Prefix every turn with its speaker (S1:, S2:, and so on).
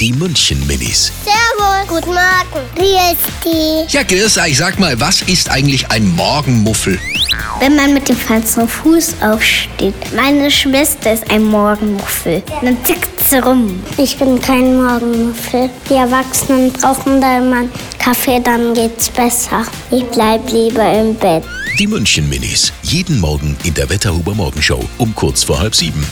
S1: die München-Minis.
S2: Servus. Guten Morgen. Wie ist die?
S1: Ja, grüß euch, sag mal, was ist eigentlich ein Morgenmuffel?
S3: Wenn man mit dem falschen Fuß aufsteht. Meine Schwester ist ein Morgenmuffel. Dann tickt sie rum.
S4: Ich bin kein Morgenmuffel. Die Erwachsenen brauchen da immer einen Kaffee, dann geht's besser. Ich bleib lieber im Bett.
S1: Die München-Minis. Jeden Morgen in der Wetterhuber Morgenshow um kurz vor halb sieben.